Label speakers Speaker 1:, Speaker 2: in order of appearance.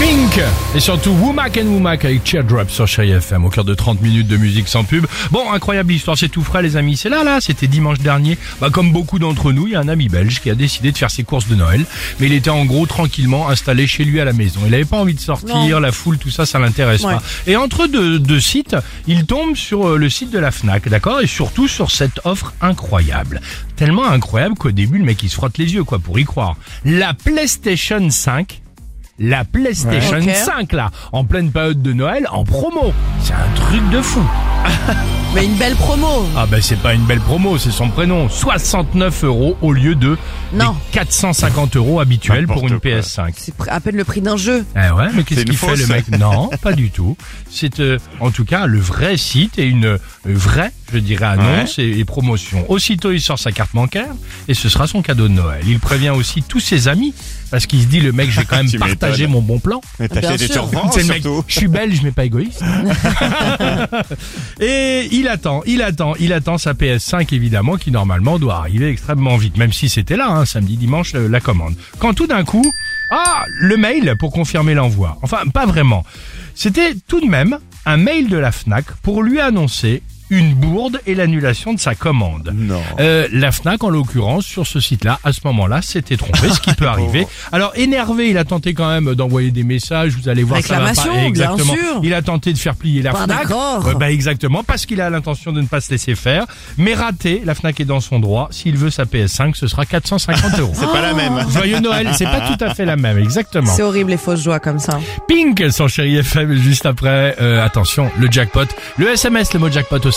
Speaker 1: Pink et surtout Womack and Womack avec Teardrop sur Chérie FM au cœur de 30 minutes de musique sans pub. Bon, incroyable histoire, c'est tout frais les amis. C'est là, là, c'était dimanche dernier. Bah, comme beaucoup d'entre nous, il y a un ami belge qui a décidé de faire ses courses de Noël, mais il était en gros tranquillement installé chez lui à la maison. Il n'avait pas envie de sortir, la foule, tout ça, ça l'intéresse pas. Et entre deux, deux sites, il tombe sur euh, le site de la Fnac, d'accord, et surtout sur cette offre incroyable, tellement incroyable qu'au début le mec il se frotte les yeux quoi pour y croire. La PlayStation 5 la PlayStation 5 là, en pleine période de Noël, en promo. C'est un truc de fou.
Speaker 2: Mais une belle promo
Speaker 1: Ah ben c'est pas une belle promo, c'est son prénom. 69 euros au lieu de des
Speaker 2: Non.
Speaker 1: 450 euros habituels pour une PS5.
Speaker 2: C'est pr- à peine le prix d'un jeu.
Speaker 1: Eh ouais, mais qu'est-ce
Speaker 3: une
Speaker 1: qu'il fait
Speaker 3: fausse.
Speaker 1: le mec Non, pas du tout. C'est euh, en tout cas le vrai site et une euh, vraie, je dirais, annonce et, et promotion. Aussitôt, il sort sa carte bancaire et ce sera son cadeau de Noël. Il prévient aussi tous ses amis parce qu'il se dit le mec, j'ai quand même
Speaker 3: Tu m'étonnes.
Speaker 1: partagé mon bon plan.
Speaker 3: Mais
Speaker 2: Bien
Speaker 3: t'as acheté des
Speaker 2: sûr.
Speaker 3: turbans
Speaker 1: C'est le mec,
Speaker 3: surtout.
Speaker 1: je suis belge mais pas égoïste. Et il attend, il attend, il attend sa PS5 évidemment qui normalement doit arriver extrêmement vite, même si c'était là, hein, samedi, dimanche, euh, la commande. Quand tout d'un coup, ah, le mail pour confirmer l'envoi. Enfin, pas vraiment. C'était tout de même un mail de la FNAC pour lui annoncer une bourde et l'annulation de sa commande.
Speaker 3: Non.
Speaker 1: Euh, la Fnac, en l'occurrence, sur ce site-là, à ce moment-là, s'était trompé, ce qui peut arriver. Alors énervé, il a tenté quand même d'envoyer des messages. Vous allez voir, ça va
Speaker 2: Réclamation,
Speaker 1: pas.
Speaker 2: bien
Speaker 1: Exactement.
Speaker 2: sûr.
Speaker 1: Il a tenté de faire plier la
Speaker 2: Pas
Speaker 1: Fnac.
Speaker 2: d'accord.
Speaker 1: Ouais, bah, exactement, parce qu'il a l'intention de ne pas se laisser faire. Mais raté, la Fnac est dans son droit. S'il veut sa PS5, ce sera 450 euros.
Speaker 3: C'est pas la même.
Speaker 1: Joyeux Noël, c'est pas tout à fait la même, exactement.
Speaker 2: Ah. C'est horrible les fausses joies comme ça.
Speaker 1: Pink sur Chéri FM juste après. euh, attention, le jackpot, le SMS, le mot jackpot au